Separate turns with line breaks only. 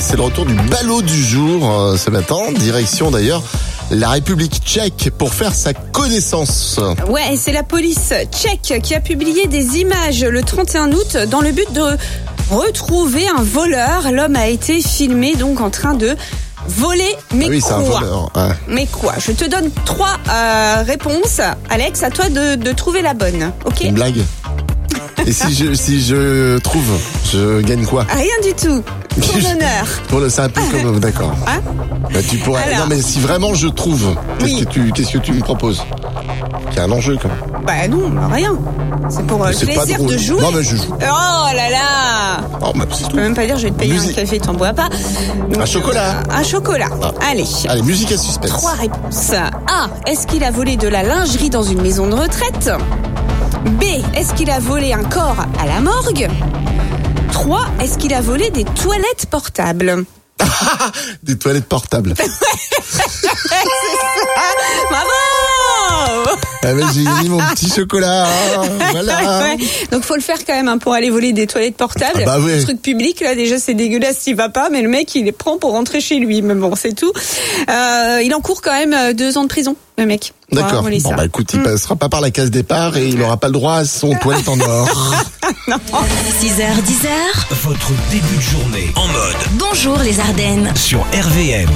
C'est le retour du ballot du jour euh, ce matin. Direction d'ailleurs la République tchèque pour faire sa connaissance. Ah
Ouais, et c'est la police tchèque qui a publié des images le 31 août dans le but de retrouver un voleur. L'homme a été filmé donc en train de voler mais
Ah oui, c'est
quoi
un voleur. ouais.
Mais quoi Je te donne trois euh, réponses. Alex, à toi de, de trouver la bonne. Ok
Une blague. Et si je, si je trouve, je gagne quoi
Rien du tout. Ton honneur.
Pour le, c'est un peu comme d'accord.
Hein
Bah, tu pourrais.
Alors.
Non mais si vraiment je trouve, qu'est-ce
Oui.
que tu, qu'est-ce que tu me proposes C'est un enjeu quand même.
Bah non, rien. C'est pour euh, le
C'est pas
plaisir
drôle.
de jouer.
Non mais je joue.
Oh là là
Oh, bah, c'est
Je
tout.
peux même pas dire je vais te payer
Musique.
un café, t'en bois pas. Donc,
Un chocolat.
euh, un chocolat.
Ah.
Allez.
Allez, musique à suspense.
Trois réponses. A. Est-ce qu'il a volé de la lingerie dans une maison de retraite B. Est-ce qu'il a volé un corps à la morgue 3. Est-ce qu'il a volé des toilettes portables
Des toilettes portables.
Ah, Bravo
ah mais j'ai mis mon petit chocolat. Voilà.
Ouais. Donc faut le faire quand même hein, pour aller voler des toilettes portables.
Ah bah ouais.
Le truc public là déjà c'est dégueulasse s'il va pas, mais le mec il les prend pour rentrer chez lui. Mais bon c'est tout. Euh, il encourt quand même euh, deux ans de prison le mec. pour avoir
D'accord.
volé
Bon
ça. Hmm.
bah écoute, il passera pas par la case départ et il aura pas le droit à son toilette en or.
6h, 10h,
Votre début de journée en mode
bonjour les Ardennes.
sur RVM.